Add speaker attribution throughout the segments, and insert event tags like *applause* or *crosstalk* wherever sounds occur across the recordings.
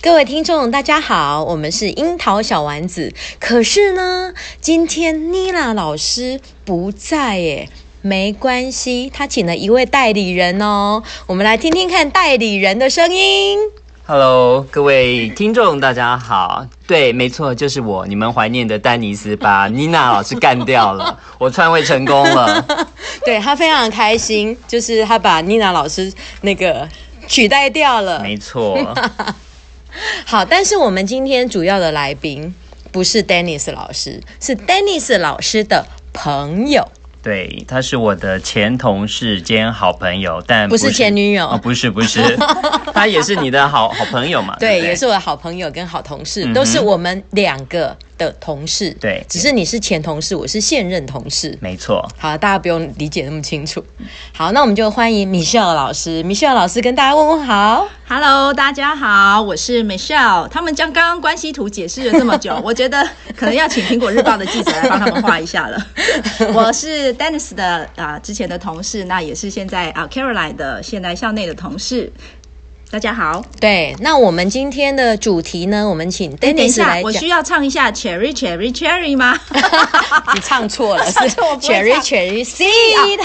Speaker 1: 各位听众，大家好，我们是樱桃小丸子。可是呢，今天妮娜老师不在耶，没关系，她请了一位代理人哦。我们来听听看代理人的声音。
Speaker 2: Hello，各位听众，大家好。对，没错，就是我，你们怀念的丹尼斯把妮娜老师干
Speaker 1: *laughs*
Speaker 2: 掉了，我篡位成功了。
Speaker 1: 对她非常开心，就是她把妮娜老师那个取代掉了。
Speaker 2: 没错，
Speaker 1: 好，但是我们今天主要的来宾不是 Dennis 老师，是 Dennis 老师的朋友。
Speaker 2: 对，她是我的前同事兼好朋友，但
Speaker 1: 不是前女友
Speaker 2: 哦，不是
Speaker 1: *laughs*
Speaker 2: 不是，她也是你的好好朋友嘛？
Speaker 1: 对，
Speaker 2: 对不对，嗯
Speaker 1: 也是我的好朋友跟好同事，都是我们两个的同事。
Speaker 2: 对嗯
Speaker 1: 只是你是前同事，我是现任同事。
Speaker 2: 没错。
Speaker 1: 好，大家不用理解那么清楚。好，那我们就欢迎米秀老师，米秀老师跟大家问问好。
Speaker 3: Hello，大家好，我是 Michelle。他们将刚刚关系图解释了这
Speaker 1: *laughs*
Speaker 3: 么久，我觉得可能要请苹果日报的记者来帮他们画一下了。 *laughs* 我是 Dennis 的啊、之前的同事，那也是现在啊、Caroline 的现在校内的同事。大家好，
Speaker 1: 对，那我们今天的主题呢，我们请
Speaker 3: 哎等一
Speaker 1: Dennis
Speaker 3: 下，
Speaker 1: 来
Speaker 3: 我
Speaker 1: 讲。
Speaker 3: 需要唱一下 Cherry Cherry
Speaker 1: *laughs*
Speaker 3: Cherry 吗 *laughs*
Speaker 1: 你 *laughs* 唱错了，是
Speaker 3: 上次 *laughs* 我不会
Speaker 1: Cherry
Speaker 3: 唱
Speaker 1: Cherry
Speaker 3: 啊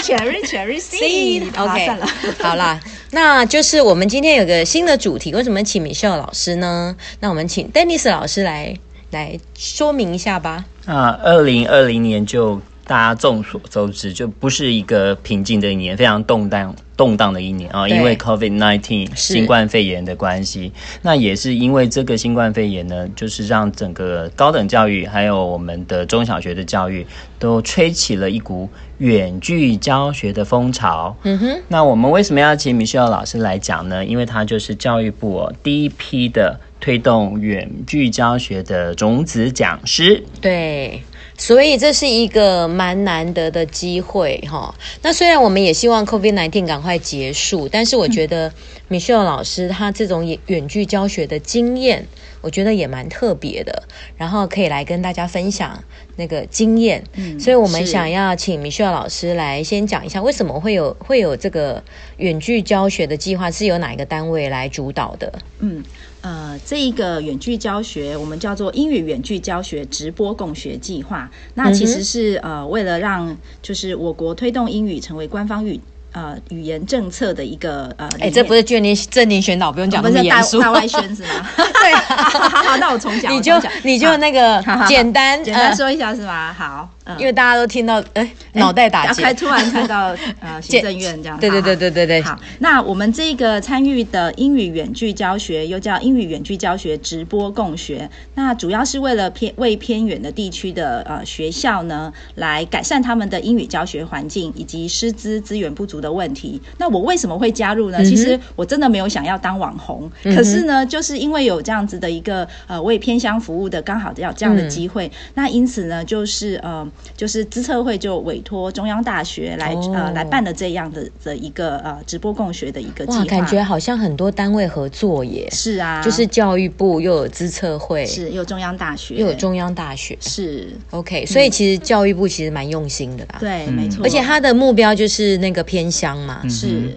Speaker 1: Seed。
Speaker 3: ？Cherry Cherry Seed，好啦
Speaker 1: OK，
Speaker 3: 算了。
Speaker 1: *laughs* 好啦，那就是我们今天有个新的主题，为什么请米秀老师呢？那我们请 Dennis 老师来来说明一下吧。
Speaker 2: 那二零二零年就大家众所周知，就不是一个平静的一年，非常动荡动荡的一年啊、
Speaker 1: 对
Speaker 2: 因为 COVID nineteen
Speaker 1: 是
Speaker 2: 新冠肺炎的关系，那也是因为这个新冠肺炎呢，就是让整个高等教育还有我们的中小学的教育都吹起了一股远距教学的风潮。
Speaker 1: 嗯哼，
Speaker 2: 那我们为什么要请米歇尔老师来讲呢？因为他就是教育部、哦、第一批的推动远距教学的种子讲师。
Speaker 1: 对。所以这是一个蛮难得的机会哈。那虽然我们也希望 COVID 1 9赶快结束，但是我觉
Speaker 3: 嗯
Speaker 1: 得 Michelle 老师他这种远远距教学的经验，我觉得也蛮特别的，然后可以来跟大家分享那个经验。所以我们
Speaker 3: 嗯是
Speaker 1: 想要请 Michelle 老师来先讲一下，为什么会有会有这个远距教学的计划，是由哪一个单位来主导的？
Speaker 3: 嗯，呃，这一个远距教学，我们叫做英语远距教学直播共学计划。
Speaker 1: 嗯
Speaker 3: 那其实是、呃，为了让就是我国推动英语成为官方语呃语言政策的一个呃，
Speaker 1: 哎、
Speaker 3: 理
Speaker 1: 这不
Speaker 3: 念
Speaker 1: 是眷恋正林宣导，不用讲
Speaker 3: 我
Speaker 1: 那
Speaker 3: 们
Speaker 1: 么严
Speaker 3: 哦是大
Speaker 1: 肃。
Speaker 3: 大外宣是 *laughs* 吗？
Speaker 1: *laughs* 对啊
Speaker 3: 好好好，那我重讲，
Speaker 1: 你
Speaker 3: 我
Speaker 1: 就
Speaker 3: 重讲
Speaker 1: 你就
Speaker 3: 好
Speaker 1: 那个
Speaker 3: 好好好
Speaker 1: 简单
Speaker 3: 简单
Speaker 1: 呃
Speaker 3: 说一下是吗？好，嗯
Speaker 1: 因为大家都听到哎脑袋打
Speaker 3: 打 *laughs* 开
Speaker 1: 结，
Speaker 3: 突然看到
Speaker 1: *laughs*
Speaker 3: 呃行政院这样，
Speaker 1: 对对
Speaker 3: 好好
Speaker 1: 对对对对，
Speaker 3: 好，那我们这个参与的英语远距教学，又叫英语远距教学直播共学，那主要是为了偏为偏远的地区的呃学校呢，来改善他们的英语教学环境以及师资资源不足的问题。那我为什么会加入
Speaker 1: 嗯
Speaker 3: 呢？其实我真的没有想要当网红，可是呢，就是因为有这样子的一个呃为偏乡服务的刚好要这样的机会，
Speaker 1: 嗯
Speaker 3: 那因此呢，就是呃就是资策会就委托中央大学来、
Speaker 1: 哦
Speaker 3: 呃来办。的这样的的一个呃直播共学的一个计
Speaker 1: 哇，
Speaker 3: 划，
Speaker 1: 感觉好像很多单位合作耶，
Speaker 3: 是啊，
Speaker 1: 就是教育部又有资策会，
Speaker 3: 是又中央大学
Speaker 1: 又有中央大学
Speaker 3: 是，嗯
Speaker 1: ，OK，所以其实教育部其实蛮用心的啦。
Speaker 3: 对，
Speaker 2: 嗯
Speaker 3: 没错，
Speaker 1: 啊而且它的目标就是那个偏乡嘛，
Speaker 2: 嗯
Speaker 3: 是
Speaker 2: 哼。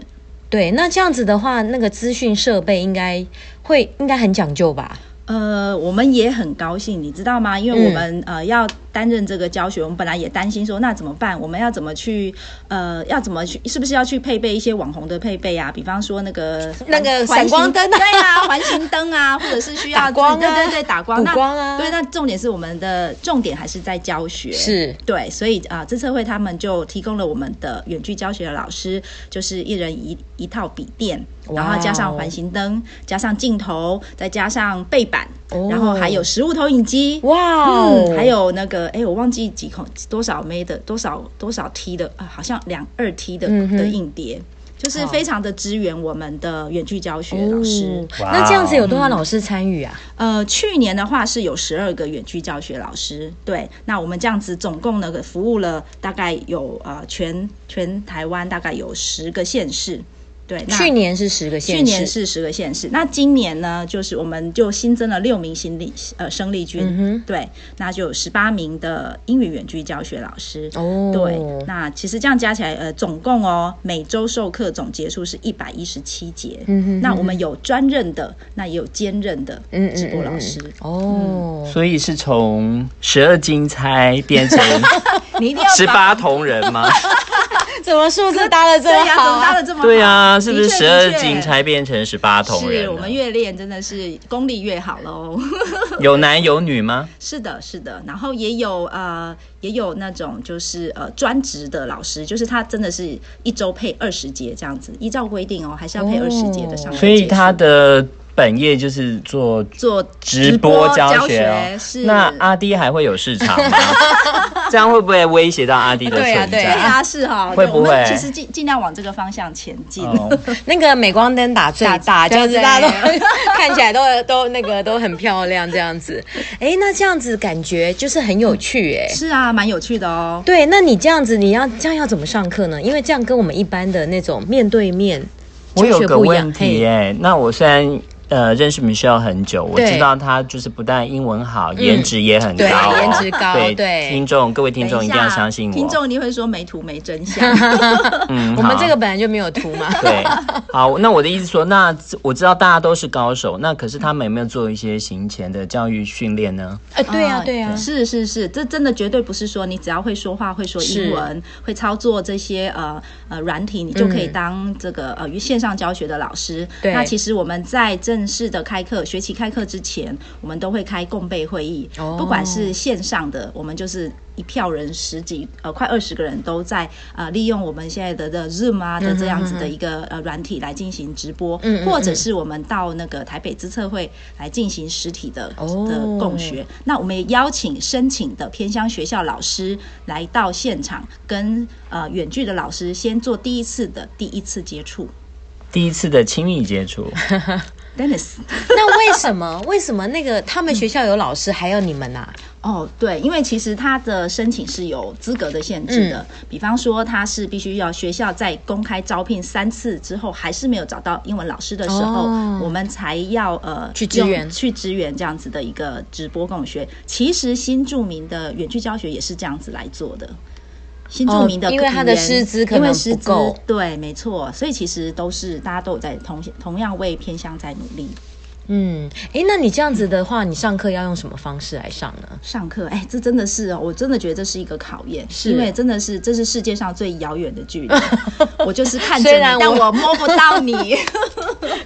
Speaker 1: 对。那这样子的话，那个资讯设备应该会应该很讲究吧？
Speaker 3: 呃，我们也很高兴，你知道吗？因为
Speaker 1: 嗯
Speaker 3: 我们、呃要担任这个教学，我们本来也担心说，那怎么办？我们要怎么去呃，要怎么去？是不是要去配备一些网红的配备啊？比方说那个
Speaker 1: *laughs*
Speaker 3: 呃
Speaker 1: 那个
Speaker 3: 环
Speaker 1: 闪光灯啊
Speaker 3: 环形对啊，环形灯啊，或者是需要
Speaker 1: 打光啊
Speaker 3: 对对对，打光，
Speaker 1: 补光啊
Speaker 3: 那对，那重点是我们的重点还是在教学，
Speaker 1: 是
Speaker 3: 对，所以啊，这测绘他们就提供了我们的远距教学的老师，就是一人一一套笔电，然
Speaker 1: 哇哦
Speaker 3: 后加上环形灯，加上镜头，再加上背板，
Speaker 1: 哦
Speaker 3: 然后还有实物投影机。
Speaker 1: 哇哦、
Speaker 3: 嗯，还有那个，哎，我忘记几孔多少 M 的多少多少 T 的啊，好像两二 T 的、
Speaker 1: 嗯哼
Speaker 3: 的硬碟，就是非常的支援我们的远距教学老师。
Speaker 1: 哦那这样子有多少
Speaker 3: 哇哦
Speaker 1: 老师参与啊？
Speaker 3: 呃，去年的话是有十二个远距教学老师，对，那我们这样子总共呢服务了大概有呃全全台湾大概有十个县市，对，那
Speaker 1: 去年是十个县市，
Speaker 3: 去年是十个县市，那今年呢，就是我们就新增了六名新力呃生力军，
Speaker 1: 嗯
Speaker 3: 对，那就有十八名的英语远距教学老师。
Speaker 1: 哼，哦，
Speaker 3: 对，那其实这样加起来，呃，总共哦，每周授课总节数是一百一十七节。
Speaker 1: 嗯哼
Speaker 3: 那我们有专任的，那也有兼任的
Speaker 1: 嗯嗯
Speaker 3: 直播老
Speaker 1: 嗯
Speaker 3: 师。
Speaker 1: 哦，
Speaker 2: 所以是从十二金钗变成
Speaker 3: *laughs* 你一定要
Speaker 2: 十
Speaker 3: 把
Speaker 2: 八铜人
Speaker 3: *laughs*
Speaker 2: 吗？
Speaker 1: 怎么数字搭的这
Speaker 3: 对
Speaker 1: 么
Speaker 3: 呀、怎
Speaker 1: 好、
Speaker 3: 么搭的这么好？
Speaker 2: 对啊，是不是
Speaker 3: 的确
Speaker 2: 十二
Speaker 3: 的确
Speaker 2: 金钗变成十八铜人
Speaker 1: 啊
Speaker 2: 啊
Speaker 3: 是
Speaker 2: 了？
Speaker 3: 我们越练真的是功力越好喽。
Speaker 2: 有男有女吗？
Speaker 3: 是的，是的，然后也有呃，也有那种就是呃专职的老师，就是他真的是一周配二十节这样子，依照规定哦，还是要配
Speaker 1: 哦
Speaker 3: 二十节的上课节数、
Speaker 2: 所以他的本业就是做
Speaker 3: 做
Speaker 2: 直
Speaker 3: 播
Speaker 2: 播教
Speaker 3: 学,、
Speaker 2: 哦。
Speaker 3: 是
Speaker 2: 那阿弟还会有市
Speaker 3: *laughs*
Speaker 2: 场吗？这样会不会威胁到阿弟的
Speaker 1: 对啊
Speaker 2: 存
Speaker 1: 对
Speaker 3: 对
Speaker 2: 在？
Speaker 3: 啊，是哈、
Speaker 2: 会
Speaker 3: 对
Speaker 2: 不
Speaker 3: 我们
Speaker 2: 会
Speaker 3: 其实尽尽量往这个方向前进。
Speaker 2: 哦
Speaker 1: 那个镁光灯打最大，
Speaker 3: 打
Speaker 1: 就是
Speaker 3: 对
Speaker 1: 大家都 *laughs* 看起来都都那个都很漂亮这样子。哎，那这样子感觉就是很有趣哎、
Speaker 3: 是啊，蛮有趣的哦。
Speaker 1: 对，那你这样子，你要这样要怎么上课呢？因为这样跟我们一般的那种面对面
Speaker 2: 我有
Speaker 1: 教学
Speaker 2: 个
Speaker 1: 不一样
Speaker 2: 问题哎、那我虽然呃认识 Michelle 很久，我
Speaker 1: 对嗯
Speaker 2: 知道她就是不但英文好，颜值也很高、
Speaker 1: 对
Speaker 2: 哦，
Speaker 1: 颜值高对
Speaker 2: 听众各位听
Speaker 3: 等
Speaker 2: 众一定
Speaker 3: 下
Speaker 2: 要相信我，
Speaker 3: 听众一定会说没图没真相。
Speaker 2: 嗯，
Speaker 1: 我们
Speaker 2: 好
Speaker 1: 这个本来就没有图嘛。 *laughs*
Speaker 2: 对，好，那我的意思说，那我知道大家都是高手，那可是他们有没有做一些行前的教育训练呢？
Speaker 3: 啊
Speaker 1: 哎，对呀、对呀、
Speaker 3: 是是是，这真的绝对不是说你只要会说话、会说英文、会操作这些呃呃软体，你就可以
Speaker 1: 嗯
Speaker 3: 当这个、呃线上教学的老师。
Speaker 1: 对
Speaker 3: 那其实我们在正式的开课、学期开课之前，我们都会开共备会议，
Speaker 1: 哦
Speaker 3: 不管是线上的，我们就是。一票人十几呃，快二十个人都在呃，利用我们现在的的 Zoom 啊的这样
Speaker 1: 嗯
Speaker 3: 子的一个呃软体来进行直播，
Speaker 1: 嗯嗯
Speaker 3: 或者
Speaker 1: 嗯
Speaker 3: 是我们到那个台北资策会来进行实体的、
Speaker 1: 哦
Speaker 3: 的共学。那我们也邀请申请的偏乡学校老师来到现场，跟呃远距的老师先做第一次的第一次接触。
Speaker 2: 第一次的亲密
Speaker 1: *laughs*
Speaker 2: 接触，
Speaker 3: Dennis，
Speaker 1: *laughs* 那为什么为什么那个他们学校有老师，还有你们啊呐、
Speaker 3: 哦，对，因为其实他的申请是有资格的限制的，
Speaker 1: 嗯
Speaker 3: 比方说他是必须要学校在公开招聘三次之后，还是没有找到英文老师的时候，
Speaker 1: 哦
Speaker 3: 我们才要呃
Speaker 1: 去支援
Speaker 3: 用去支援这样子的一个直播共学。其实新住民的远距教学也是这样子来做的。新住民的、
Speaker 1: 哦因为他的师资可能
Speaker 3: 因为师资
Speaker 1: 不够
Speaker 3: 对，没错，所以其实都是大家都有在同同样为偏向在努力。
Speaker 1: 嗯，哎，那你这样子的话，你上课要用什么方式来上呢？
Speaker 3: 上课，哎，这真的是哦，我真的觉得这是一个考验，
Speaker 1: 是
Speaker 3: 因为真的是这是世界上最遥远的
Speaker 1: *laughs*
Speaker 3: 距离，我就是看着
Speaker 1: 虽
Speaker 3: 你，
Speaker 1: 然我
Speaker 3: 但我摸不到你。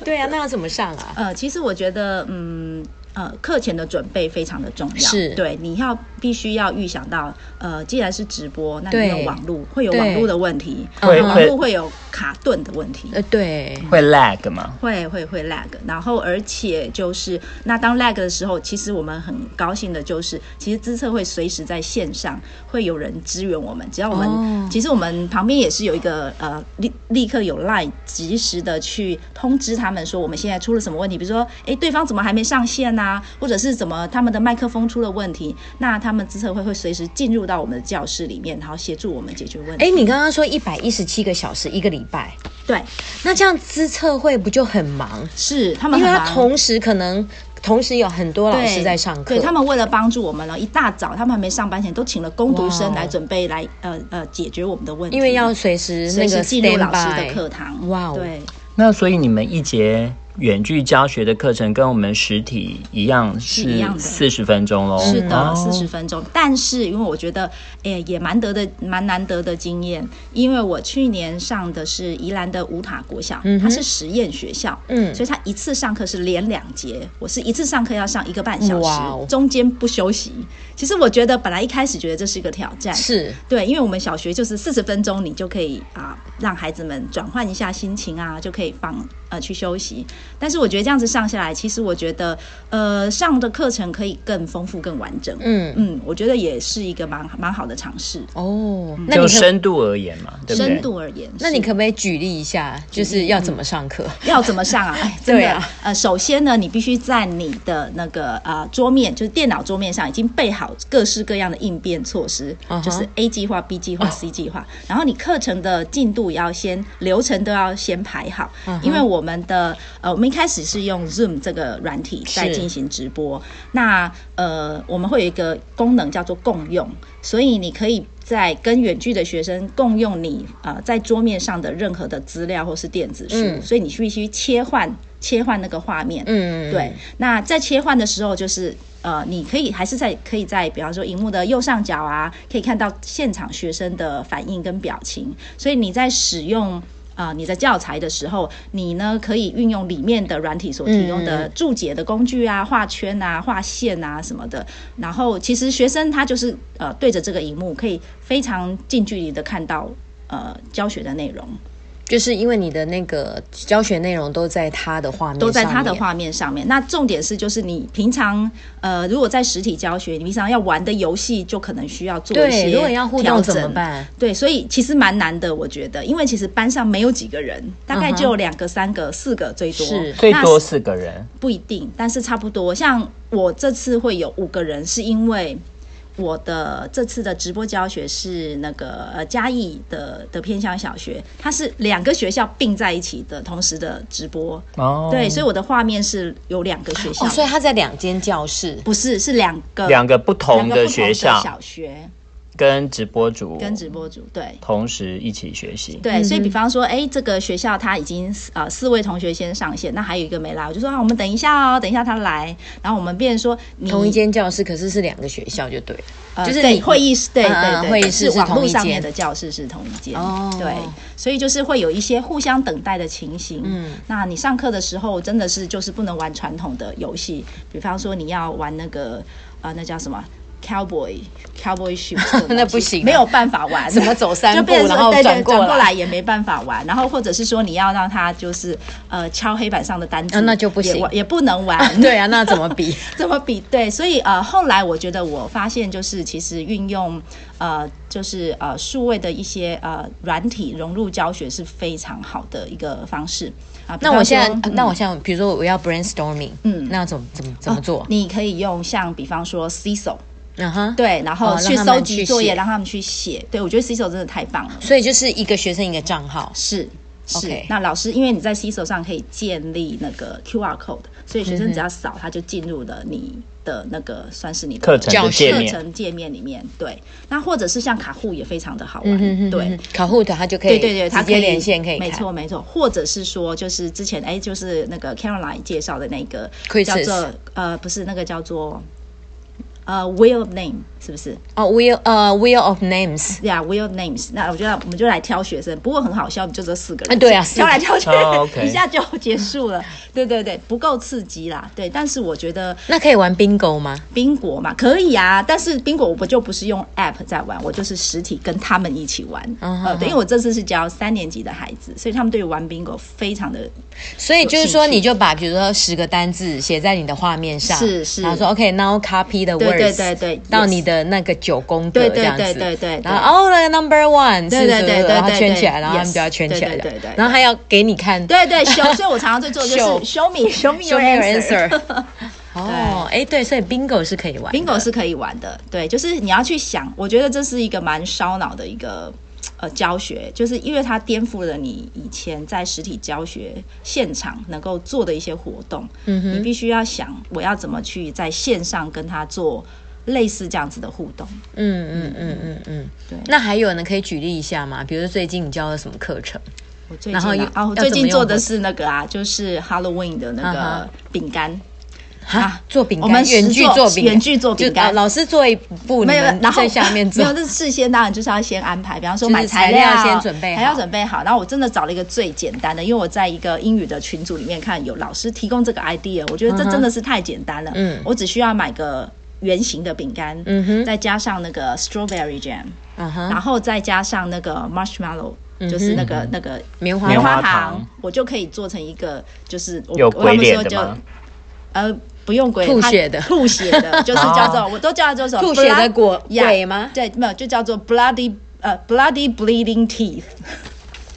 Speaker 1: 对啊，那要怎么上啊？
Speaker 3: *laughs* 呃，其实我觉得，嗯。呃，课前的准备非常的重要，
Speaker 1: 是
Speaker 3: 对，你要必须要预想到，呃，既然是直播，那
Speaker 1: 对
Speaker 3: 你有网络，会有
Speaker 1: 对嗯
Speaker 3: 网络的问题，
Speaker 2: 会
Speaker 3: 网
Speaker 2: 会
Speaker 3: 络会有卡顿的问题，
Speaker 1: 呃，对，
Speaker 2: 会 lag 吗？
Speaker 3: 会会会 lag，然后而且就是那当 lag 的时候，其实我们很高兴的就是，其实资策会随时在线上会有人支援我们，只要我们、
Speaker 1: 哦
Speaker 3: 其实我们旁边也是有一个呃立立刻有 line 及时的去通知他们说我们现在出了什么问题，比如说诶对方怎么还没上线呐、啊或者是怎么他们的麦克风出了问题，那他们资策会会随时进入到我们的教室里面，然后协助我们解决问题。
Speaker 1: 哎，你刚刚说一百一十七个小时一个礼拜，
Speaker 3: 对，
Speaker 1: 那这样资测会不就很忙？
Speaker 3: 是他们
Speaker 1: 因为
Speaker 3: 很
Speaker 1: 他
Speaker 3: 忙
Speaker 1: 同时可能同时有很多老
Speaker 3: 对
Speaker 1: 师在上课，
Speaker 3: 对他们为了帮助我们呢，一大早他们还没上班前都请了工读
Speaker 1: 哇
Speaker 3: 生
Speaker 1: 哦
Speaker 3: 来准备来呃呃解决我们的问题，
Speaker 1: 因为要随时
Speaker 3: 随
Speaker 1: 那个
Speaker 3: 时进入老师
Speaker 1: standby
Speaker 3: 的课堂。
Speaker 1: 哇哦
Speaker 3: 对，
Speaker 2: 那所以你们一节远距教学的课程跟我们实体一样
Speaker 3: 是一
Speaker 2: 是
Speaker 3: 样的
Speaker 2: 四十分钟喽？
Speaker 3: 是的，
Speaker 2: 哦
Speaker 3: 四十分钟。但是因为我觉得，诶、也蛮得的，蛮难得的经验。因为我去年上的是宜兰的五塔国小，
Speaker 1: 嗯哼
Speaker 3: 它是实验学校，
Speaker 1: 嗯
Speaker 3: 所以它一次上课是连两节，我是一次上课要上一个半小时，
Speaker 1: 哇哦
Speaker 3: 中间不休息。其实我觉得本来一开始觉得这是一个挑战，
Speaker 1: 是
Speaker 3: 对，因为我们小学就是四十分钟，你就可以啊、让孩子们转换一下心情啊，就可以放呃去休息。但是我觉得这样子上下来，其实我觉得呃上的课程可以更丰富、更完整。
Speaker 1: 嗯，
Speaker 3: 嗯，我觉得也是一个蛮蛮好的尝试。
Speaker 1: 哦，那
Speaker 2: 就
Speaker 1: 你可
Speaker 2: 深度而言嘛，对不对？
Speaker 3: 深度而言，
Speaker 1: 那你
Speaker 3: 是
Speaker 1: 可不可以举例一下，就是要怎么上课？
Speaker 3: *laughs* 要怎么上啊？哎，真
Speaker 1: 对
Speaker 3: 的，
Speaker 1: 啊
Speaker 3: 呃，首先呢，你必须在你的那个呃桌面，就是电脑桌面上已经备好各式各样的应变措施
Speaker 1: 嗯哼哦
Speaker 3: 就是 A 计划、B 计划、C 计划。然后你课程的进度也要先，流程都要先排好
Speaker 1: 嗯哼
Speaker 3: 因为我们的呃，我们一开始是用 Zoom 这个软体在
Speaker 1: 是
Speaker 3: 进行直播，那呃，我们会有一个功能叫做共用，所以你可以。在跟远距的学生共用你呃在桌面上的任何的资料或是电子书，
Speaker 1: 嗯
Speaker 3: 所以你必须切换切换那个画面。
Speaker 1: 嗯，
Speaker 3: 对，那在切换的时候，就是呃，你可以还是在可以在，比方说荧幕的右上角啊，可以看到现场学生的反应跟表情，所以你在使用。啊、你在教材的时候，你呢可以运用里面的软体所提供的注解的工具啊、画圈啊、画线啊什么的。然后，其实学生他就是呃对着这个荧幕，可以非常近距离的看到呃教学的内容。
Speaker 1: 就是因为你的那个教学内容都在他的画面，
Speaker 3: 都在它的，画面上面。那重点是，就是你平常呃，如果在实体教学，你平常要玩的游戏就可能需要做一些
Speaker 1: 对，如果要互动
Speaker 3: 调
Speaker 1: 怎
Speaker 3: 整
Speaker 1: 么？办？
Speaker 3: 对，所以其实蛮难的，我觉得，因为其实班上没有几个人，大概
Speaker 1: 嗯哼
Speaker 3: 就两个、三个、四个最多，
Speaker 1: 是
Speaker 2: 最
Speaker 3: 那
Speaker 2: 多四个人，
Speaker 3: 不一定，但是差不多。像我这次会有五个人，是因为我的这次的直播教学是那个呃嘉义的的偏乡小学，它是两个学校并在一起的同时的直播，
Speaker 2: 哦，
Speaker 3: 对，所以我的画面是有两个学校，
Speaker 1: 哦，所以他在两间教室，
Speaker 3: 不是是两个
Speaker 2: 两个不
Speaker 3: 两
Speaker 2: 同
Speaker 3: 个不
Speaker 2: 的学校
Speaker 3: 小学
Speaker 2: 跟直播主
Speaker 3: 跟直播组对。
Speaker 2: 同时一起学习，
Speaker 1: 嗯
Speaker 3: 对，所以比方说，哎，这个学校他已经呃四位同学先上线，那还有一个没来，我就说啊，我们等一下哦，等一下他来，然后我们变成说你
Speaker 1: 同一间教室，可是是两个学校就对了，
Speaker 3: 呃
Speaker 1: 就是
Speaker 3: 对
Speaker 1: 你
Speaker 3: 会议室，对
Speaker 1: 嗯
Speaker 3: 对
Speaker 1: 嗯
Speaker 3: 对，
Speaker 1: 会议室
Speaker 3: 是
Speaker 1: 是
Speaker 3: 网
Speaker 1: 同
Speaker 3: 络
Speaker 1: 一
Speaker 3: 上
Speaker 1: 间
Speaker 3: 面的教室是同一间，
Speaker 1: 哦
Speaker 3: 对，所以就是会有一些互相等待的情形。
Speaker 1: 嗯，
Speaker 3: 那你上课的时候真的是就是不能玩传统的游戏，比方说你要玩那个啊、呃那叫什么 cowboy cowboy shoot，这
Speaker 1: *laughs*
Speaker 3: 种东西
Speaker 1: 那不行啊
Speaker 3: 没有办法玩，
Speaker 1: *laughs* 怎么走三
Speaker 3: 就
Speaker 1: 步
Speaker 3: 变成说
Speaker 1: 然后
Speaker 3: 对对
Speaker 1: 转过来
Speaker 3: 过来也没办法玩，然后或者是说你要让他就是呃敲黑板上的单词，
Speaker 1: 啊那就不
Speaker 3: 也
Speaker 1: 行
Speaker 3: 玩也不能玩，
Speaker 1: *laughs* 对
Speaker 3: *laughs*
Speaker 1: 啊，那怎么比？
Speaker 3: 怎么比对？所以呃，后来我觉得我发现，就是其实运用呃，就是呃数位的一些呃软体融入教学是非常好的一个方式啊。
Speaker 1: *laughs*
Speaker 3: 比
Speaker 1: 那我
Speaker 3: 方
Speaker 1: 现在
Speaker 3: 说，
Speaker 1: 呃
Speaker 3: 嗯
Speaker 1: 那我现在，比如说我要 brainstorming，嗯哦
Speaker 3: 嗯，
Speaker 1: 那要怎么怎么怎么做？
Speaker 3: 你可以用像比方说 CISO
Speaker 1: 嗯哼，。
Speaker 3: 对，然
Speaker 1: 哦
Speaker 3: 后
Speaker 1: 让
Speaker 3: 去
Speaker 1: 他们
Speaker 3: 收
Speaker 1: 去
Speaker 3: 集作业，
Speaker 1: 写
Speaker 3: 让他们去写。对我觉得 CISO 真的太棒了，
Speaker 1: 所以就是一个学生一个账号，
Speaker 3: 是。是
Speaker 1: OK
Speaker 3: 那老师，因为你在 CISO 上可以建立那个 QR code，所以学生只要扫，他就进入了你的那个算是你的
Speaker 2: 课程
Speaker 1: 教
Speaker 2: 的
Speaker 1: 室
Speaker 2: 界
Speaker 3: 课
Speaker 2: 面，
Speaker 3: 程界面里面，对，那或者是像卡户也非常的好
Speaker 1: 嗯
Speaker 3: 玩，
Speaker 1: 哼哼，
Speaker 3: 对
Speaker 1: 嗯。哼，Kahoot 它就可以
Speaker 3: 对对对，它
Speaker 1: 直
Speaker 3: 可以
Speaker 1: 接连线可以看，
Speaker 3: 没错没错，或者是说，就是之前哎，就是那个 Caroline 介绍的那个
Speaker 1: Quizzes
Speaker 3: 叫做呃，不是那个叫做呃 Will of Name，是不是？
Speaker 1: 哦，Wheel 呃 Wheel of Names，
Speaker 3: 对啊，Will of Names。那我觉得我们就来挑学生，不过很好笑，我们就这四个人，
Speaker 1: 啊对啊
Speaker 3: 挑来挑去，
Speaker 2: 哦，OK
Speaker 3: 一下就结束
Speaker 1: *laughs*
Speaker 3: 了。对对对，不够刺激啦，对。但是我觉得
Speaker 1: 那可以玩 bingo 吗？
Speaker 3: 宾果嘛，可以啊，但是宾果我不就不是用 app 在玩，我就是实体跟他们一起玩。
Speaker 1: 嗯
Speaker 3: 呃，
Speaker 1: 哼
Speaker 3: 对，因为我这次是教三年级的孩子，所以他们对于玩宾果非常的
Speaker 1: 所以就是说，
Speaker 3: 有兴趣
Speaker 1: 你就把比如说十个单字写在你的画面上，
Speaker 3: 是是
Speaker 1: 然后说 OK，now copy the words，
Speaker 3: 对对对对
Speaker 1: 到
Speaker 3: yes
Speaker 1: 你的那个九宫格
Speaker 3: 对对
Speaker 1: 这样子，
Speaker 3: 对对对对
Speaker 1: 然后哦，the number one，
Speaker 3: 对
Speaker 1: 是
Speaker 3: 对
Speaker 1: 是
Speaker 3: 对
Speaker 1: 是
Speaker 3: 对
Speaker 1: 然后
Speaker 3: 对
Speaker 1: 圈
Speaker 3: 对
Speaker 1: 起来，然后他们
Speaker 3: yes，
Speaker 1: 就要圈起来，
Speaker 3: 对对对对对
Speaker 1: 然后还要给你看，*laughs*
Speaker 3: 对对 show，所以我常常在做就是
Speaker 1: Show
Speaker 3: show me show me
Speaker 1: ，show
Speaker 3: your
Speaker 1: me your
Speaker 3: answer。
Speaker 1: answer，哦，哎对，所以 bingo 是可以玩的
Speaker 3: bingo 是可以玩的，对，就是你要去想，我觉得这是一个蛮烧脑的一个呃教学，就是因为它颠覆了你以前在实体教学现场能够做的一些活动，嗯哼，你必须要想我要怎么去在线上跟他做类似这样子的互动，
Speaker 1: 嗯嗯嗯嗯嗯，
Speaker 3: 对
Speaker 1: 那还有呢，可以举例一下吗？比如说最近你教了什么课程？
Speaker 3: 我最
Speaker 1: 然
Speaker 3: 近
Speaker 1: 后
Speaker 3: 啊
Speaker 1: 又
Speaker 3: 啊，我
Speaker 1: 要怎
Speaker 3: 最
Speaker 1: 么
Speaker 3: 近
Speaker 1: 用
Speaker 3: 做的
Speaker 1: 活
Speaker 3: 是那个啊，就是 Halloween 的那
Speaker 1: 啊哈
Speaker 3: 个饼干。
Speaker 1: 哈
Speaker 3: 啊，
Speaker 1: 做饼干，
Speaker 3: 我们实
Speaker 1: 远距
Speaker 3: 做
Speaker 1: 做饼干，
Speaker 3: 远距做饼干
Speaker 1: 就啊老师做一步，你
Speaker 3: 没有，
Speaker 1: 们
Speaker 3: 然后
Speaker 1: 在下面做
Speaker 3: *laughs* 没。有，这事先当然就是要先安排，比方说
Speaker 1: 就是
Speaker 3: 买
Speaker 1: 材
Speaker 3: 材
Speaker 1: 料先准备好
Speaker 3: 还要准备好。然后我真的找了一个最简单的，因为我在一个英语的群组里面看有老师提供这个 idea，我觉得这真的是太简单了。
Speaker 1: 嗯
Speaker 3: 我只需要买个圆形的饼干，
Speaker 1: 嗯哼
Speaker 3: 再加上那个 strawberry jam，、
Speaker 1: 嗯哼，嗯
Speaker 3: 然后再加上那个 marshmallow 就是那个那个
Speaker 1: 棉花
Speaker 2: 棉花
Speaker 3: 花
Speaker 2: 糖
Speaker 3: 糖，我就可以做成一个，就是我
Speaker 2: 有
Speaker 3: 我他
Speaker 2: 鬼
Speaker 3: 们说
Speaker 2: 脸的
Speaker 3: 就
Speaker 2: 吗？
Speaker 3: 呃不用鬼
Speaker 1: 吐
Speaker 3: 它
Speaker 1: 血的哦
Speaker 3: 吐
Speaker 1: *laughs*
Speaker 3: 血的，就是叫做我都叫它叫做
Speaker 1: 吐血的
Speaker 3: blood-
Speaker 1: 果
Speaker 3: Yeah，
Speaker 1: 鬼吗
Speaker 3: 对，没有就叫做 bloody 呃 bloody bleeding teeth，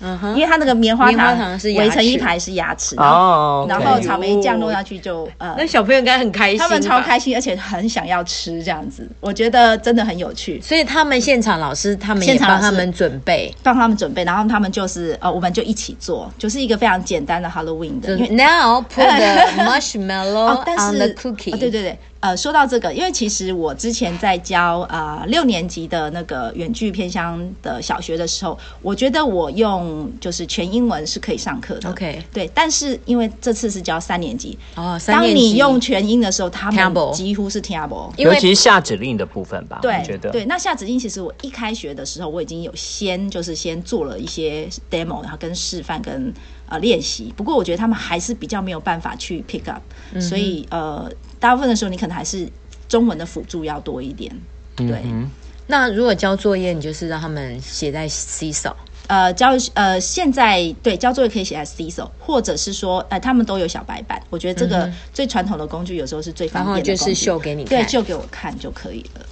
Speaker 1: 嗯
Speaker 3: 因
Speaker 1: 哼，
Speaker 3: 为它那个棉花
Speaker 1: 棉花糖是牙
Speaker 3: 围成一
Speaker 1: 齿哦
Speaker 3: 排是牙齿，然后
Speaker 2: 哦，
Speaker 3: 然
Speaker 2: OK
Speaker 3: 后草莓酱落下去就呃
Speaker 1: 那小朋友应该很开心，
Speaker 3: 他们超。开心，而且很想要吃这样子，我觉得真的很有趣。
Speaker 1: 所以他们现场老师，他们也
Speaker 3: 现场老
Speaker 1: 帮
Speaker 3: 师
Speaker 1: 他们准备，
Speaker 3: 帮他们准备，然后他们就是呃，我们就一起做，就是一个非常简单的 Halloween 的，
Speaker 1: 就
Speaker 3: 因为
Speaker 1: now put
Speaker 3: *laughs*
Speaker 1: the
Speaker 3: 哦
Speaker 1: marshmallow，
Speaker 3: 但
Speaker 1: on
Speaker 3: 是
Speaker 1: the cookie，、
Speaker 3: 哦对对对，呃，说到这个，因为其实我之前在教呃六年级的那个远距偏乡的小学的时候，我觉得我用就是全英文是可以上课的
Speaker 1: OK
Speaker 3: 对，但是因为这次是教三年级，
Speaker 1: 哦，三
Speaker 3: 当
Speaker 1: 年
Speaker 3: 你
Speaker 1: 级
Speaker 3: 用全英的时候，他
Speaker 1: 听不懂
Speaker 3: 们几乎是听不懂。
Speaker 1: 因
Speaker 2: 尤
Speaker 1: 为
Speaker 2: 其是下指令的部分吧，
Speaker 3: 对
Speaker 2: 我觉得
Speaker 3: 对，那下指令其实我一开学的时候，我已经有先就是先做了一些 demo，然后跟示范跟呃练习。不过我觉得他们还是比较没有办法去 pick up，、所
Speaker 1: 嗯
Speaker 3: 以呃，大部分的时候你可能还是中文的辅助要多一点。对，
Speaker 2: 嗯
Speaker 1: 那如果交作业，你就是让他们写在 C 手，
Speaker 3: 呃，教呃，现在对交作业可以写在 C 手，或者是说，呃，他们都有小白板。我觉得这个最传统的工具有时候是最
Speaker 1: 嗯
Speaker 3: 方
Speaker 1: 然
Speaker 3: 便
Speaker 1: 后
Speaker 3: 的
Speaker 1: 就
Speaker 3: 工
Speaker 1: 是
Speaker 3: 具
Speaker 1: 秀给你
Speaker 3: 对，
Speaker 1: 看。
Speaker 3: 就给我看就可以了。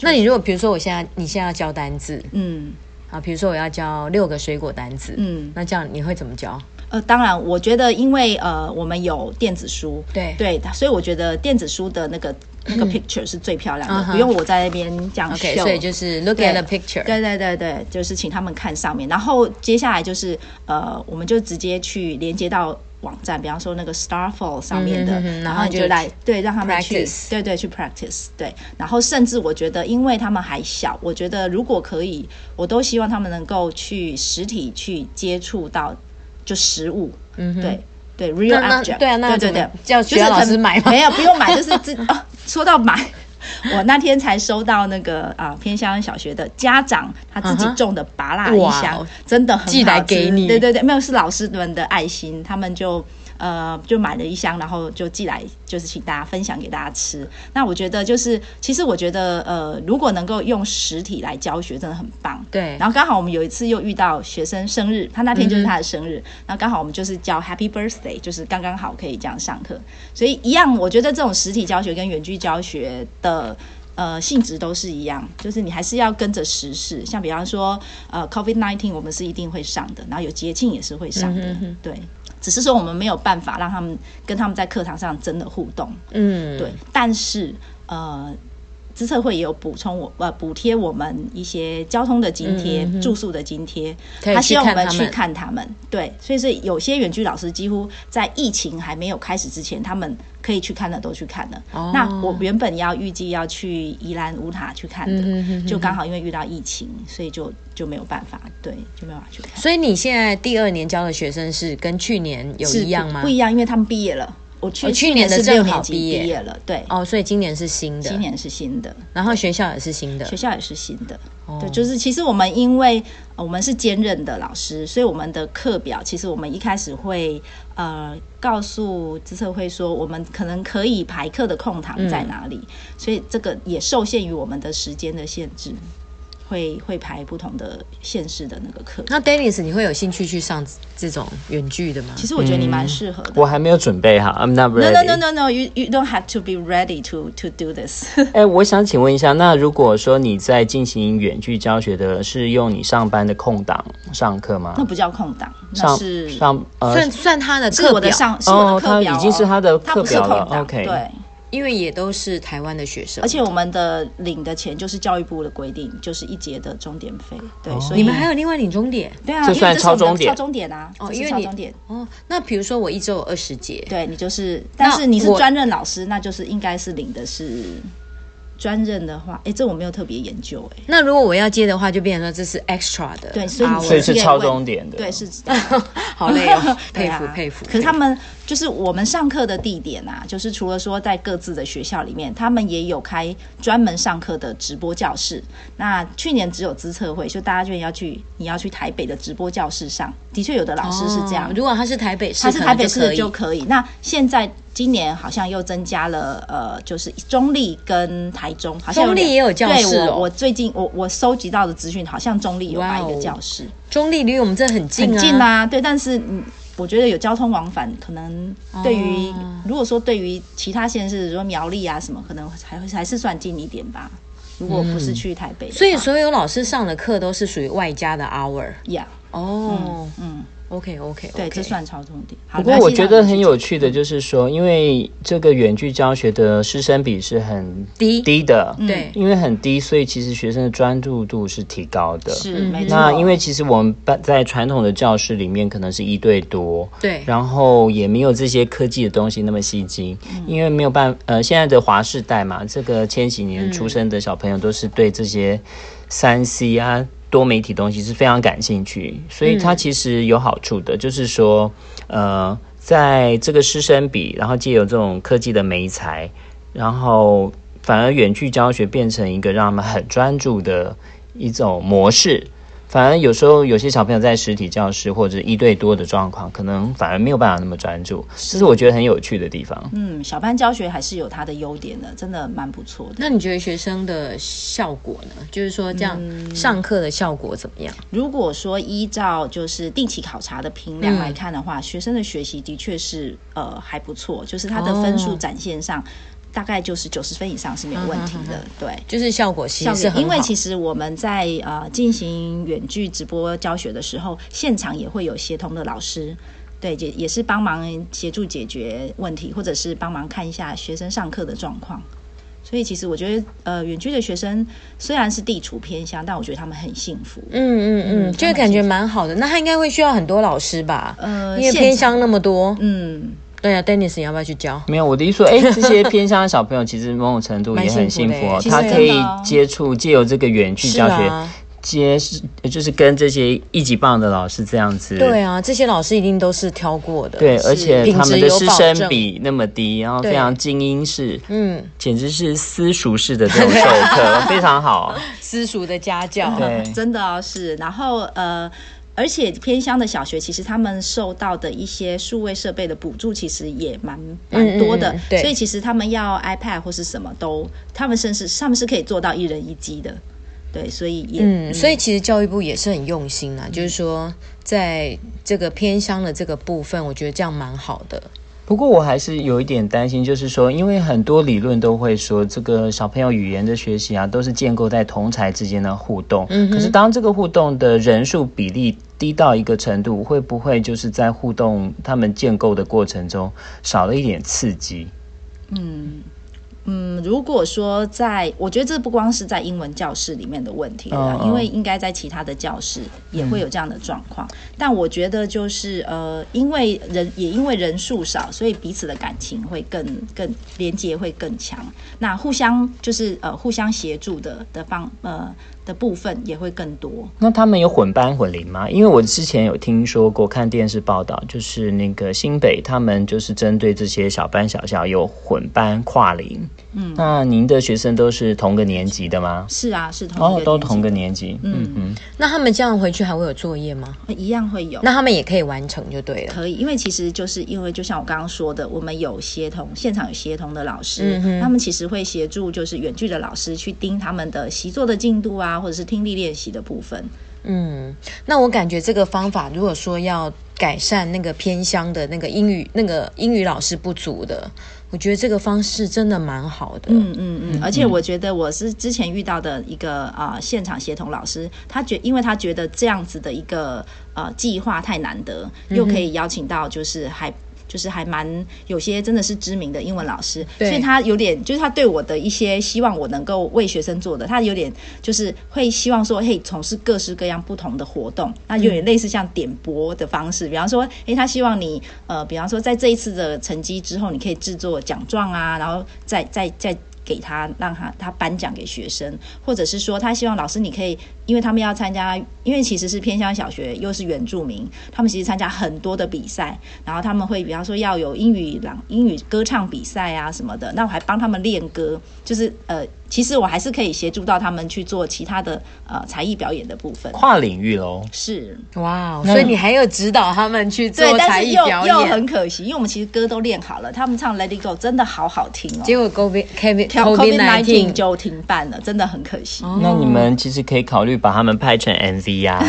Speaker 1: 那你如果比如说我现在你现在要教单字
Speaker 3: 嗯
Speaker 1: 啊，比如说我要教六个水果单字，
Speaker 3: 嗯。
Speaker 1: 那这样你会怎么教？
Speaker 3: 呃，当然，我觉得因为呃，我们有电子书，
Speaker 1: 对
Speaker 3: 对，所以我觉得电子书的那个那个 picture 是最漂亮
Speaker 1: 嗯
Speaker 3: 的，
Speaker 1: 哼
Speaker 3: 不用我在那边这样
Speaker 1: OK，
Speaker 3: 哦秀。
Speaker 1: 所以就是 look
Speaker 3: 对
Speaker 1: at the picture。
Speaker 3: 对对对对，就是请他们看上面，然后接下来就是呃，我们就直接去连接到网站，比方说那个 Starfall 上面的，
Speaker 1: 嗯哼哼哼
Speaker 3: 然
Speaker 1: 然后
Speaker 3: 后你
Speaker 1: 就
Speaker 3: 就来对让他们去
Speaker 1: practice
Speaker 3: 对对去 practice 对，然后甚至我觉得，因为他们还小，我觉得如果可以，我都希望他们能够去实体去接触到就实物，
Speaker 1: 嗯哼
Speaker 3: 对。对，real
Speaker 1: 那
Speaker 3: object，
Speaker 1: 那对啊，那
Speaker 3: 对
Speaker 1: 怎
Speaker 3: 对
Speaker 1: 么
Speaker 3: 对，
Speaker 1: 叫
Speaker 3: 就
Speaker 1: 学
Speaker 3: 是
Speaker 1: 校老
Speaker 3: 很
Speaker 1: 师买吗？
Speaker 3: 没有，不用买，就是自、哦、说到买，我那天才收到那个啊、偏乡小学的家长他自己
Speaker 1: 嗯哼
Speaker 3: 种的拔蜡一
Speaker 1: 哇
Speaker 3: 箱
Speaker 1: 哦
Speaker 3: 真的很好
Speaker 1: 寄来
Speaker 3: 吃
Speaker 1: 给你
Speaker 3: 对对对，没有是老师们的爱心，他们就。呃，就买了一箱，然后就寄来，就是请大家分享给大家吃。那我觉得就是，其实我觉得，呃，如果能够用实体来教学，真的很棒。
Speaker 1: 对
Speaker 3: 然后刚好我们有一次又遇到学生生日，他那天就是他的生日，然后刚好我们就是教 Happy Birthday，就是刚刚好可以这样上课。所以一样，我觉得这种实体教学跟远距教学的。呃，性质都是一样，就是你还是要跟着时事，像比方说，呃，COVID nineteen 我们是一定会上的，然后有节庆也是会上的，对，只是说我们没有办法让他们跟他们在课堂上真的互动，
Speaker 1: 嗯，
Speaker 3: 对，但是呃，资策会也有补充我呃补贴我们一些交通的津贴、住宿的津贴，
Speaker 1: 嗯可以
Speaker 3: 他
Speaker 1: 去
Speaker 3: 希望我
Speaker 1: 看
Speaker 3: 们
Speaker 1: 他
Speaker 3: 去
Speaker 1: 们
Speaker 3: 看他们。对，所以是有些远距老师几乎在疫情还没有开始之前，他们可以去看的都去看了。
Speaker 1: 哦
Speaker 3: 那我原本要预计要去宜兰乌塔去看的，
Speaker 1: 嗯哼哼
Speaker 3: 就刚好因为遇到疫情，所以就就没有办法，对，就没有办法去看。
Speaker 1: 所以你现在第二年教的学生是跟去年有
Speaker 3: 是
Speaker 1: 一样吗
Speaker 3: 不？一样，因为他们毕业了。我去、
Speaker 1: 哦去
Speaker 3: 年
Speaker 1: 年的
Speaker 3: 是
Speaker 1: 正
Speaker 3: 六
Speaker 1: 好
Speaker 3: 年级
Speaker 1: 毕业
Speaker 3: 业了，对，
Speaker 1: 哦，所以今年是新的
Speaker 3: 今，年是新的。
Speaker 1: 然后学校也是新的
Speaker 3: 学。校也是新的，
Speaker 2: 哦
Speaker 3: 对，就是其实我们因为、呃我们是兼任的老师，所以我们的课表其实我们一开始会呃告诉资策会说我们可能可以排课的空堂在哪里，
Speaker 2: 嗯
Speaker 3: 所以这个也受限于我们的时间的限制，会会排不同的县市的那个课。
Speaker 1: 那 Dennis，你会有兴趣去上这种远距的吗？
Speaker 3: 其实我觉得你蛮适合的。
Speaker 2: 我还没有准备好，I'm not
Speaker 3: No
Speaker 2: 嗯 ready。
Speaker 3: no no no no, you you don't have to be ready to to do this 。 *laughs*
Speaker 2: 哎，我想请问一下，那如果说你在进行远距教学的，是用你上班的空档上课吗
Speaker 3: 那？不叫空档，那
Speaker 2: 上
Speaker 3: 是
Speaker 2: 上呃，
Speaker 1: 算算他的
Speaker 3: 是
Speaker 1: 课
Speaker 3: 我的
Speaker 1: 表，
Speaker 3: 上是我的
Speaker 2: 哦
Speaker 3: 课表、
Speaker 2: 它已经是他的
Speaker 3: 它不是
Speaker 2: 课表
Speaker 3: 空
Speaker 2: 了
Speaker 3: 档。
Speaker 2: OK
Speaker 3: 对。
Speaker 1: 因为也都是台湾的学生，
Speaker 3: 而且我们的领的钱就是教育部的规定，就是一节的钟点费。对，所以
Speaker 1: 你们还有另外领终点
Speaker 3: 对啊，
Speaker 2: 这
Speaker 3: 因为
Speaker 2: 算
Speaker 3: 是我们的
Speaker 2: 超钟点
Speaker 3: 超钟点啊，
Speaker 1: 哦，
Speaker 3: 这
Speaker 1: 因
Speaker 3: 是
Speaker 1: 为
Speaker 3: 超
Speaker 1: 你
Speaker 3: 钟点。
Speaker 1: 哦，那比如说我一周有二十节，
Speaker 3: 对你就是，但是你是专任老师，那就是应该是领的是专任的话，哎，这我没有特别研究哎。
Speaker 1: 那如果我要接的话，就变成说这是 extra 的 hour，
Speaker 3: 啊对所以你
Speaker 2: 所以
Speaker 3: 我
Speaker 2: 是
Speaker 3: 也
Speaker 2: 超
Speaker 3: 问
Speaker 2: 终点的，
Speaker 3: 对，是
Speaker 1: *laughs*
Speaker 3: *laughs*
Speaker 1: 好累哦，
Speaker 3: 对
Speaker 1: 佩
Speaker 3: 啊
Speaker 1: 服佩服。
Speaker 3: 可是他们就是我们上课的地点啊，就是除了说在各自的学校里面，他们也有开专门上课的直播教室。那去年只有资测会，就大家就要去，你要去台北的直播教室上。的确，有的老师是这样，
Speaker 1: 哦如果他是台北市，
Speaker 3: 他是台北市
Speaker 1: 可
Speaker 3: 的
Speaker 1: 能
Speaker 3: 就
Speaker 1: 就可以。
Speaker 3: 可以。那现在今年好像又增加了，呃，就是中立跟台中，好像
Speaker 1: 中立
Speaker 3: 两
Speaker 1: 也有教室
Speaker 3: 对
Speaker 1: 哦
Speaker 3: 我我最近我我收集到的资讯，好像中立有
Speaker 1: 哇
Speaker 3: 摆一
Speaker 1: 哦
Speaker 3: 个教室，
Speaker 1: 中立离我们这很近啊，
Speaker 3: 很近啊。对，但是嗯，我觉得有交通往返，可能对于、
Speaker 1: 哦
Speaker 3: 如果说对于其他县市，比如说苗栗啊什么，可能还还是算近一点吧。如果不是去台北的话、
Speaker 1: 所以所有老师上的课都是属于外加的 hour。
Speaker 3: 呀
Speaker 1: 哦
Speaker 3: 嗯，
Speaker 1: ，OK OK，
Speaker 3: 对，这算超重点。好
Speaker 2: 不过我觉得
Speaker 3: 没关系那们
Speaker 2: 很。
Speaker 3: 继续
Speaker 2: 有趣的就是说，因为这个远距教学的师生比是很
Speaker 1: 低
Speaker 2: 低的，
Speaker 3: 嗯
Speaker 1: 对
Speaker 2: 因为很低，所以其实学生的专注度是提高的。
Speaker 3: 是，
Speaker 1: 嗯
Speaker 3: 没错。
Speaker 2: 那因为其实我们班在传统的教室里面可能是一对多，
Speaker 1: 对，
Speaker 2: 然后也没有这些科技的东西那么吸睛，因为没有办呃现在的华世代嘛，这个千禧年出生的小朋友都是对这些三 C 啊多媒体东西是非常感兴趣，所以它其实有好处的，就是说呃在这个师生比，然后借由这种科技的媒材，然后反而远距教学变成一个让他们很专注的一种模式。反而有时候有些小朋友在实体教室或者一对多的状况，可能反而没有办法那么专注，这是我觉得很有趣的地方。
Speaker 3: 嗯，小班教学还是有它的优点的，真的蛮不错的。
Speaker 1: 那你觉得学生的效果呢？就是说这样
Speaker 3: 嗯
Speaker 1: 上课的效果怎么样？
Speaker 3: 如果说依照就是定期考察的评量
Speaker 1: 嗯
Speaker 3: 来看的话，学生的学习的确是呃还不错，就是他的分数
Speaker 1: 哦
Speaker 3: 展现上、大概就是九十分以上是没有问题
Speaker 1: 嗯
Speaker 3: 的，对。
Speaker 1: 就是效果其实是
Speaker 3: 效
Speaker 1: 很好，
Speaker 3: 果因为其实我们在呃进行远距直播教学的时候，现场也会有协同的老师，对，也也是帮忙协助解决问题，或者是帮忙看一下学生上课的状况。所以其实我觉得，呃，远距的学生虽然是地处偏乡，但我觉得他们很幸福。
Speaker 1: 嗯嗯嗯，
Speaker 3: 嗯
Speaker 1: 就是感觉蛮好的。那他应该会需要很多老师吧？
Speaker 3: 呃，
Speaker 1: 因为
Speaker 3: 现
Speaker 1: 偏
Speaker 3: 场
Speaker 1: 乡那么多。
Speaker 3: 嗯，
Speaker 1: 对啊，Dennis，你要不要去教？
Speaker 2: 没有，我的意思说，
Speaker 3: *laughs*
Speaker 2: 哎，这些偏乡的小朋友其实某种程度也很幸福哦
Speaker 1: 蛮，
Speaker 3: 幸福的
Speaker 2: 他可以
Speaker 3: 其实真的哦
Speaker 2: 接触借由这个远距教
Speaker 1: 是
Speaker 2: 学，
Speaker 1: 啊，
Speaker 2: 接就是跟这些一级棒的老师这样子，
Speaker 1: 对啊，这些老师一定都是挑过的。
Speaker 2: 嗯对，而且他们的师生
Speaker 1: 品
Speaker 2: 比那么低，然后
Speaker 1: 对
Speaker 2: 非常精英式，
Speaker 1: 嗯，
Speaker 2: 简直是私塾式的这种授
Speaker 3: *laughs*
Speaker 2: 课，非常好。
Speaker 1: 私塾的家教。
Speaker 2: 对，
Speaker 3: 真的哦，是。然后呃，而且偏乡的小学，其实他们受到的一些数位设备的补助，其实也蛮蛮多的。
Speaker 1: 嗯嗯嗯对
Speaker 3: 所以其实他们要 iPad 或是什么都，他们甚至他们是可以做到一人一机的。对，所以也
Speaker 1: 嗯，所以其实教育部也是很用心啦，就是说在这个偏乡的这个部分，我觉得这样蛮好的。
Speaker 2: 不过我还是有一点担心，就是说，因为很多理论都会说，这个小朋友语言的学习啊，都是建构在同才之间的互动。嗯，可是当这个互动的人数比例低到一个程度，会不会就是在互动他们建构的过程中少了一点刺激？
Speaker 3: 嗯，如果说在，我觉得这不光是在英文教室里面的问题啦，
Speaker 2: 嗯嗯
Speaker 3: 因为应该在其他的教室也会有这样的状况。但我觉得就是呃，因为人也因为人数少，所以彼此的感情会更更连接会更强，那互相就是呃互相协助的的方呃的部分也会更多。
Speaker 2: 那他们有混班混龄吗？因为我之前有听说过，看电视报道，就是那个新北他们就是针对这些小班小校有混班跨龄。嗯，那您的学生都是同个年级的吗？
Speaker 3: 是啊，是同一
Speaker 2: 哦，
Speaker 3: 个
Speaker 2: 都
Speaker 3: 年级
Speaker 2: 同个年级，嗯嗯，
Speaker 1: 那他们这样回去还会有作业吗？
Speaker 3: 一样会有。
Speaker 1: 那他们也可以完成就对了。
Speaker 3: 可以，因为其实就是因为就像我刚刚说的，我们有协同，现场有协同的老师，他们其实会协助就是远距的老师去盯他们的习作的进度啊，或者是听力练习的部分。
Speaker 1: 嗯，那我感觉这个方法，如果说要改善那个偏乡的那个英语那个英语老师不足的，我觉得这个方式真的蛮好的。
Speaker 3: 嗯嗯嗯，而且我觉得我是之前遇到的一个啊、呃现场协同老师，他觉因为他觉得这样子的一个呃计划太难得，又可以邀请到就是还。就是还蛮有些真的是知名的英文老师，
Speaker 1: 对
Speaker 3: 所以他有点就是他对我的一些希望，我能够为学生做的，他有点就是会希望说，嘿，从事各式各样不同的活动，那有点类似像点播的方式，比方说，诶，他希望你呃，比方说在这一次的成绩之后，你可以制作奖状啊，然后再再再给他，让他他颁奖给学生，或者是说他希望老师你可以因为他们要参加，因为其实是偏乡小学，又是原住民，他们其实参加很多的比赛，然后他们会比方说要有英语朗、英语歌唱比赛啊什么的，那我还帮他们练歌，就是呃，其实我还是可以协助到他们去做其他的呃才艺表演的部分。
Speaker 2: 跨领域喽。
Speaker 3: 是，
Speaker 1: 哇，哦所以你还有指导他们去
Speaker 3: 对
Speaker 1: 做，
Speaker 3: 但
Speaker 1: 才
Speaker 3: 是
Speaker 1: 艺
Speaker 3: 又
Speaker 1: 表
Speaker 3: 又
Speaker 1: 演
Speaker 3: 很。可惜，因为我们其实歌都练好了，他们唱《Let It Go》真的好好听哦。
Speaker 1: 结果 COVID COVID
Speaker 3: COVID nineteen
Speaker 1: nineteen
Speaker 3: 就停办了，真的很可惜。
Speaker 2: 那你们其实可以考虑把他们拍成 MV 呀、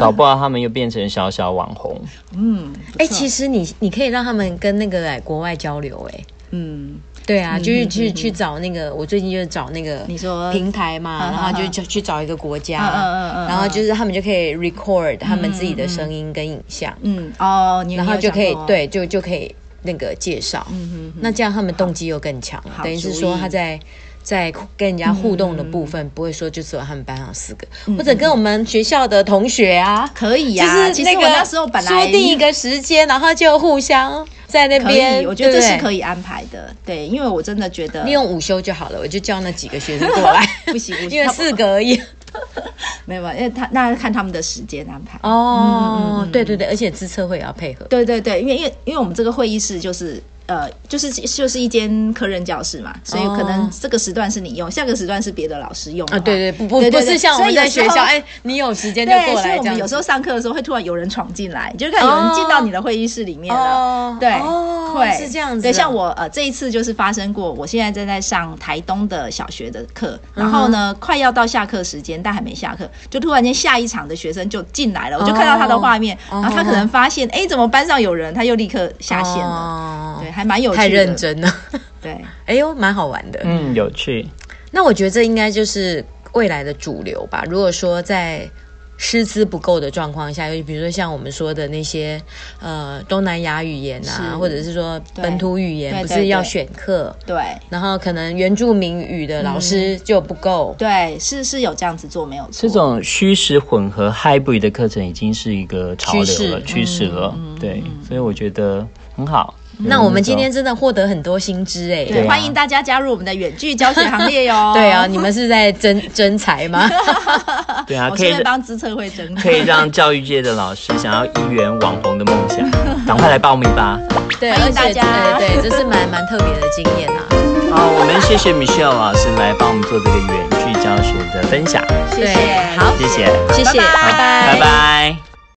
Speaker 2: 搞不好他们又变成小小网红。
Speaker 3: 嗯，
Speaker 1: 哎、
Speaker 3: 哎，
Speaker 1: 其实你你可以让他们跟那个哎国外交流哎、
Speaker 3: 嗯，
Speaker 1: 对啊，就是去去找那个，我最近就是找那个
Speaker 3: 你说
Speaker 1: 平台嘛，
Speaker 3: 嗯
Speaker 1: 然后就
Speaker 3: 嗯
Speaker 1: 就去找一个国家，
Speaker 3: 嗯嗯嗯嗯
Speaker 1: 然后就是他们就可以 record 他们自己的声音跟影像，
Speaker 3: 嗯哦，你
Speaker 1: 然后就可以，
Speaker 3: 你有想过
Speaker 1: 对，就就可以那个介绍，
Speaker 3: 嗯
Speaker 1: 那这样他们动机又更强了，
Speaker 3: 好
Speaker 1: 等于是
Speaker 3: 主
Speaker 1: 说
Speaker 3: 意
Speaker 1: 他在。在跟人家互动的部分，不会说就只有他们班上四个，或者跟我们学校的同学啊，
Speaker 3: 可以
Speaker 1: 嗯就
Speaker 3: 呀。
Speaker 1: 是
Speaker 3: 其实
Speaker 1: 那
Speaker 3: 我
Speaker 1: 个
Speaker 3: 那时候本来
Speaker 1: 说定一个时间，然后就互相在那
Speaker 3: 可
Speaker 1: 边，
Speaker 3: 以，我觉得这是
Speaker 1: *laughs*
Speaker 3: 可
Speaker 1: 以。
Speaker 3: 以安排的。对，因为我真的觉得
Speaker 1: 利用午休就好了，我就叫那几个学生过 *laughs* 来，嗯
Speaker 3: 不行不行，
Speaker 1: 因为
Speaker 3: 他不
Speaker 1: 四个而已。
Speaker 3: *laughs* 没有，因为他那看他们的时间安
Speaker 1: 嗯
Speaker 3: 排。
Speaker 1: 哦，对对对，而且资策会也要配合。
Speaker 3: 对对对，因为因为因为我们这个会议室就是。呃，就是就是一间科任教室嘛，所以可能
Speaker 1: 哦
Speaker 3: 这个时段是你用，下个时段是别的老师用的
Speaker 1: 啊，
Speaker 3: 话
Speaker 1: 对对，不不
Speaker 3: 对对
Speaker 1: 不
Speaker 3: 对
Speaker 1: 是像我
Speaker 3: 所
Speaker 1: 们
Speaker 3: 以有
Speaker 1: 在学
Speaker 3: 时
Speaker 1: 校，
Speaker 3: 候
Speaker 1: 哎，你有时间就
Speaker 3: 对，
Speaker 1: 过
Speaker 3: 所以
Speaker 1: 来
Speaker 3: 我
Speaker 1: 这样
Speaker 3: 们
Speaker 1: 子。
Speaker 3: 有时候上课的时候会突然有人闯进来，就是看有人进到你的会议室里面了。
Speaker 1: 哦
Speaker 3: 对，
Speaker 1: 哦
Speaker 3: 会
Speaker 1: 是这样子
Speaker 3: 对，
Speaker 1: 啊
Speaker 3: 像我呃这一次就是发生过，我现在正在上台东的小学的课，然后
Speaker 1: 嗯
Speaker 3: 呢、快要到下课时间，但还没下课，就突然间下一场的学生就进来了，我就看到他的画面，
Speaker 1: 哦
Speaker 3: 然后他可能发现哎、诶怎么班上有人，他又立刻下线了。
Speaker 1: 哦
Speaker 3: 对，还蛮有趣的。
Speaker 1: 太认。真了。 *laughs*
Speaker 3: 对，
Speaker 1: 哎呦，蛮好玩的。
Speaker 2: 嗯，有趣。
Speaker 1: 那我觉得这应该就是未来的主流吧。如果说在师资不够的状况下，就比如说像我们说的那些呃东南亚语言啊
Speaker 3: 是，
Speaker 1: 或者是说
Speaker 3: 对
Speaker 1: 本土语言，
Speaker 3: 对
Speaker 1: 不
Speaker 3: 对
Speaker 1: 是
Speaker 3: 对
Speaker 1: 要选课，
Speaker 3: 对，
Speaker 1: 然后可能原住民语的老
Speaker 3: 嗯
Speaker 1: 师就不够。
Speaker 3: 对，是是有这样子做，没有错。
Speaker 2: 这种虚实混合 hybrid 的课程已经是一个潮流了，趋
Speaker 1: 趋
Speaker 2: 势了。对，所以我觉得很好。嗯
Speaker 1: 那我们今
Speaker 2: 有
Speaker 1: 天真的获得很多新知哎、。
Speaker 3: 嗯对，哦
Speaker 2: 对啊
Speaker 3: 欢迎大家加入我们的远距教学行列哟
Speaker 1: *laughs* 对啊，你们是在争 *laughs* 争财
Speaker 3: *laughs*
Speaker 1: 吗？
Speaker 2: 那种对啊，
Speaker 3: 我
Speaker 2: 可
Speaker 3: 是
Speaker 2: 以
Speaker 3: 会帮资策会争取 *laughs*
Speaker 2: 可以让教育界的老师想要一圆网红的梦想，赶快来报名吧！
Speaker 1: 对，
Speaker 3: 欢
Speaker 1: 而且
Speaker 3: 迎大家
Speaker 1: 对对，这是蛮蛮特别的经验啊。
Speaker 2: 好，我们谢谢 Michelle 老师来帮我们做这个远距教学的分享，
Speaker 3: 谢谢
Speaker 1: 对，好
Speaker 2: 谢谢，
Speaker 1: 谢谢，
Speaker 3: 拜拜
Speaker 2: 拜拜